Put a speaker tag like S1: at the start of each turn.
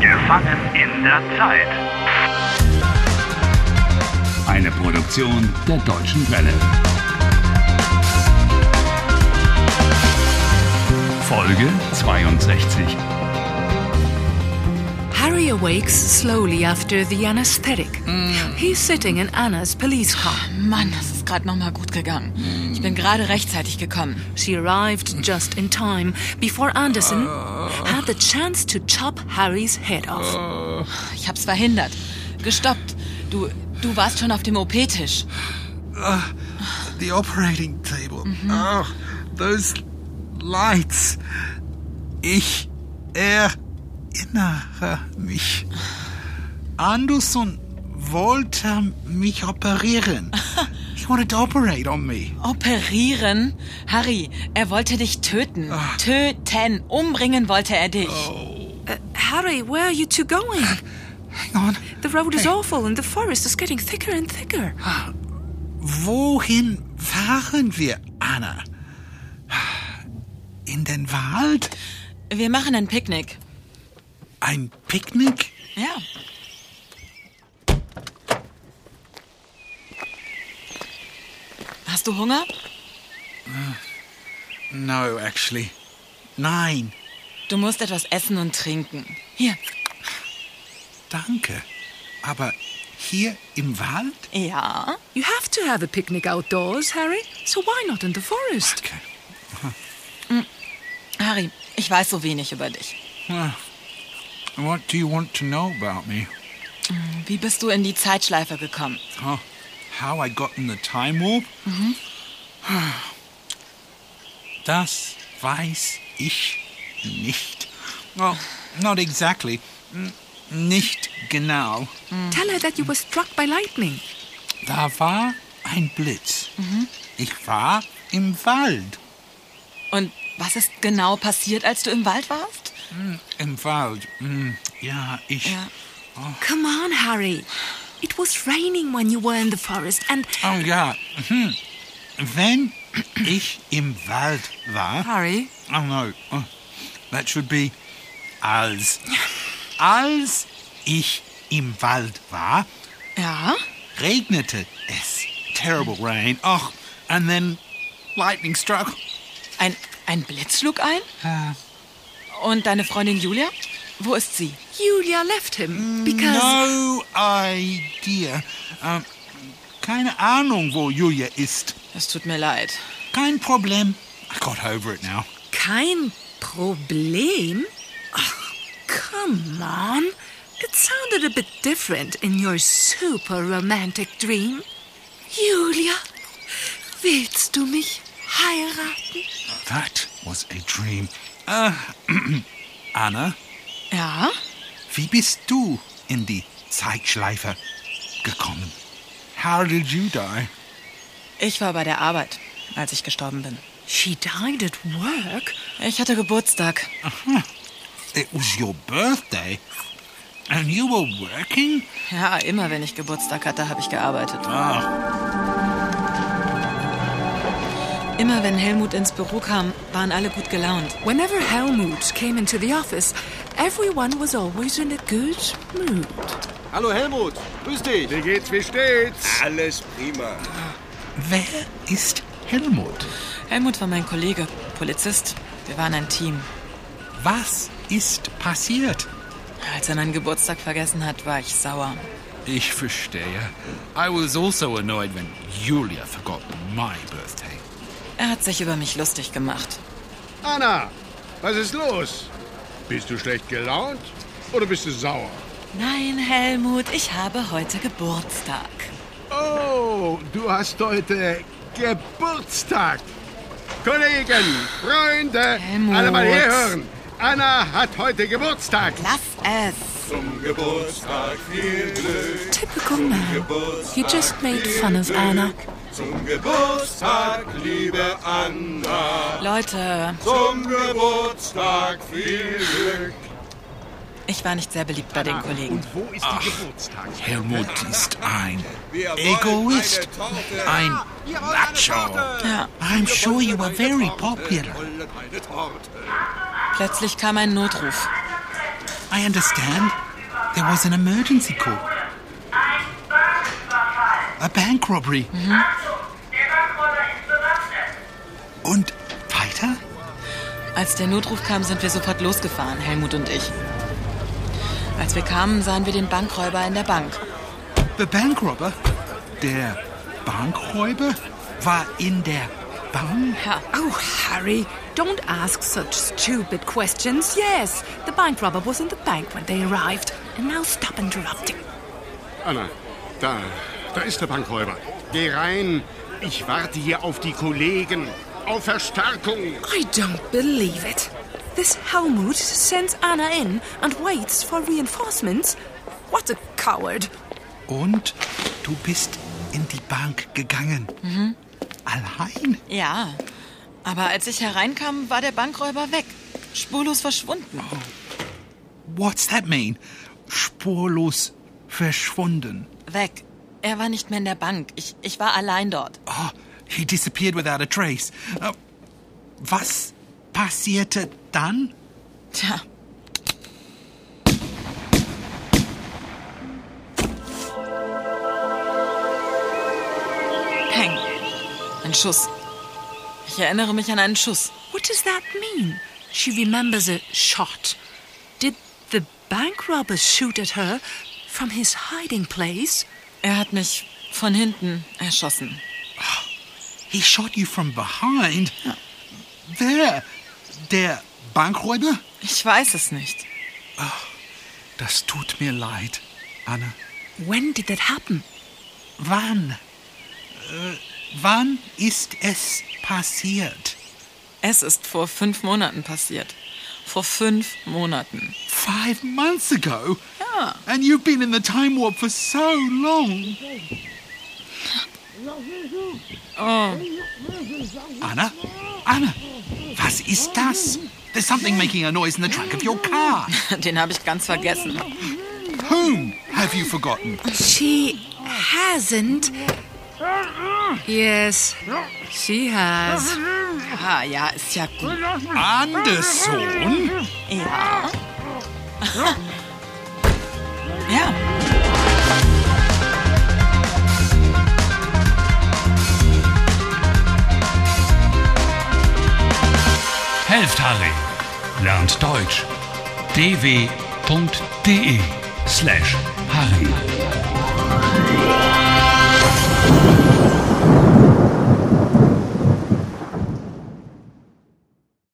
S1: Gefangen in der Zeit.
S2: Eine Produktion der Deutschen Welle. Folge 62.
S3: Harry awakes slowly after the anesthetic. He's sitting in Anna's police car.
S4: Mann, das ist gerade noch mal gut gegangen. Ich bin gerade rechtzeitig gekommen.
S3: She arrived just in time before Anderson had the chance to chop Harry's head off.
S4: Ich hab's verhindert. Gestoppt. Du, du warst schon auf dem OP-Tisch.
S5: the operating table. Oh, those lights. Ich erinnere mich. Anderson wollte mich operieren. He wanted to operate on me.
S4: Operieren? Harry, er wollte dich töten. Töten. Umbringen wollte er dich.
S3: Uh, Harry, where are you two going?
S5: Hang on.
S3: The road is awful and the forest is getting thicker and thicker.
S5: Wohin fahren wir, Anna? In den Wald?
S4: Wir machen ein Picknick.
S5: Ein Picknick?
S4: Ja. Hast du Hunger?
S5: No, actually. Nein,
S4: Du musst etwas essen und trinken. Hier.
S5: danke. Aber hier im Wald?
S4: Ja.
S3: You have to have a picnic outdoors, Harry, so why not in the forest?
S5: Okay.
S4: Harry, ich weiß so wenig über dich.
S5: Ah. What do you want to know about me?
S4: Wie bist du in die Zeitschleife gekommen?
S5: Huh? How I got in the time warp? Das weiß ich nicht. Well, not exactly. N- Nicht genau.
S3: Tell her that you were struck by lightning.
S5: Da war ein Blitz. Ich war im Wald.
S4: Und was ist genau passiert, als du im Wald warst?
S5: Hm, Im Wald. Hm, Ja, ich.
S4: Ja.
S3: Come on, Harry. It was raining when you were in the forest and.
S5: Oh ja. Hm. Wenn ich im Wald war.
S3: Harry?
S5: Oh no. Oh, that should be als. Als ich im Wald war,
S4: Ja?
S5: regnete es. Terrible rain. Oh, and then lightning struck.
S4: Ein, ein Blitz schlug ein? Und deine Freundin Julia? Wo ist sie?
S3: Julia left him because.
S5: No idea. Ähm, keine Ahnung, wo Julia ist.
S4: Es tut mir leid.
S5: Kein Problem. I got over it now.
S3: Kein Problem? Ach, come on. It sounded a bit different in your super romantic dream. Julia, willst du mich heiraten?
S5: That was a dream. Äh, Anna,
S4: Ja?
S5: wie bist du in die Zeitschleife gekommen? How did you die?
S4: Ich war bei der Arbeit, als ich gestorben bin.
S3: She died at work?
S4: Ich hatte Geburtstag.
S5: It was your birthday, and you were working?
S4: Ja, immer wenn ich Geburtstag hatte, habe ich gearbeitet.
S5: Ah,
S4: Immer wenn Helmut ins Büro kam, waren alle gut gelaunt.
S3: Whenever Helmut came into the office, everyone was always in a good mood.
S6: Hallo Helmut, grüß dich.
S7: Wie geht's, wie steht's?
S6: Alles prima.
S5: wer ist Helmut?
S4: Helmut war mein Kollege, Polizist. Wir waren ein Team.
S5: Was ist passiert?
S4: Als er meinen Geburtstag vergessen hat, war ich sauer.
S2: Ich verstehe. I was also annoyed when Julia forgot my birthday.
S4: Er hat sich über mich lustig gemacht.
S7: Anna, was ist los? Bist du schlecht gelaunt oder bist du sauer?
S4: Nein, Helmut, ich habe heute Geburtstag.
S7: Oh, du hast heute Geburtstag. Kollegen, Freunde,
S4: Helmut.
S7: alle mal herhören. Anna hat heute Geburtstag.
S4: Lass es.
S6: Zum Geburtstag viel Glück,
S3: Typical man. He just made fun of Anna.
S6: zum Geburtstag, liebe Anna.
S4: Leute,
S6: Zum Geburtstag viel Glück.
S4: ich war nicht sehr beliebt bei den Kollegen.
S7: Und wo ist die Geburtstag?
S2: Helmut ist ein
S6: Wir wollen
S5: Egoist.
S6: eine Torte.
S2: ein
S6: Wir wollen eine
S2: Macho.
S6: Torte.
S4: Ja,
S5: I'm sure you were very
S6: Wir
S5: popular.
S6: wollen eine Torte.
S4: plötzlich kam ein Notruf.
S5: I understand. There was an emergency call.
S1: Ein Banküberfall.
S5: A bank robbery.
S1: Achtung, der Bankräuber ist bewaffnet.
S5: Und weiter?
S4: Als der Notruf kam, sind wir sofort losgefahren, Helmut und ich. Als wir kamen, sahen wir den Bankräuber in der Bank.
S5: The bank robber? Der Bankräuber war in der Bank?
S4: Ja,
S3: Oh, Harry, don't ask such stupid questions. Yes, the bank robber was in the bank when they arrived. And now stop interrupting.
S7: Anna, da, da ist der Bankräuber. Geh rein. Ich warte hier auf die Kollegen. Auf Verstärkung.
S3: I don't believe it. This Helmut sends Anna in and waits for reinforcements. What a coward.
S5: Und du bist in die Bank gegangen. Allein?
S4: ja. Aber als ich hereinkam, war der Bankräuber weg. Spurlos verschwunden.
S5: What's that mean? Spurlos verschwunden.
S4: Weg. Er war nicht mehr in der Bank. Ich, ich war allein dort.
S5: Oh, he disappeared without a trace. Äh, was passierte dann?
S4: Tja. Peng. Ein Schuss. Ich erinnere mich an einen Schuss.
S3: What does that mean? She remembers a shot. Did the bank robber shoot at her from his hiding place?
S4: Er hat mich von hinten erschossen.
S5: He shot you from behind. There. Der Bankräuber?
S4: Ich weiß es nicht.
S5: Das tut mir leid, Anna.
S3: When did that happen?
S5: Wann? Äh, wann ist es passiert?
S4: Es ist vor fünf Monaten passiert. Vor fünf Monaten.
S5: Five months ago?
S4: Ja.
S5: And you've been in the time warp for so long. Anna? Anna? Was ist das? There's something making a noise in the trunk of your car.
S4: Den habe ich ganz vergessen.
S5: Whom have you forgotten?
S3: She hasn't. Yes, she has.
S4: Ah, ja, ist ja gut.
S5: Anderson?
S4: Ja. ja.
S8: Helft Harry. Lernt Deutsch. dw.de slash Harry.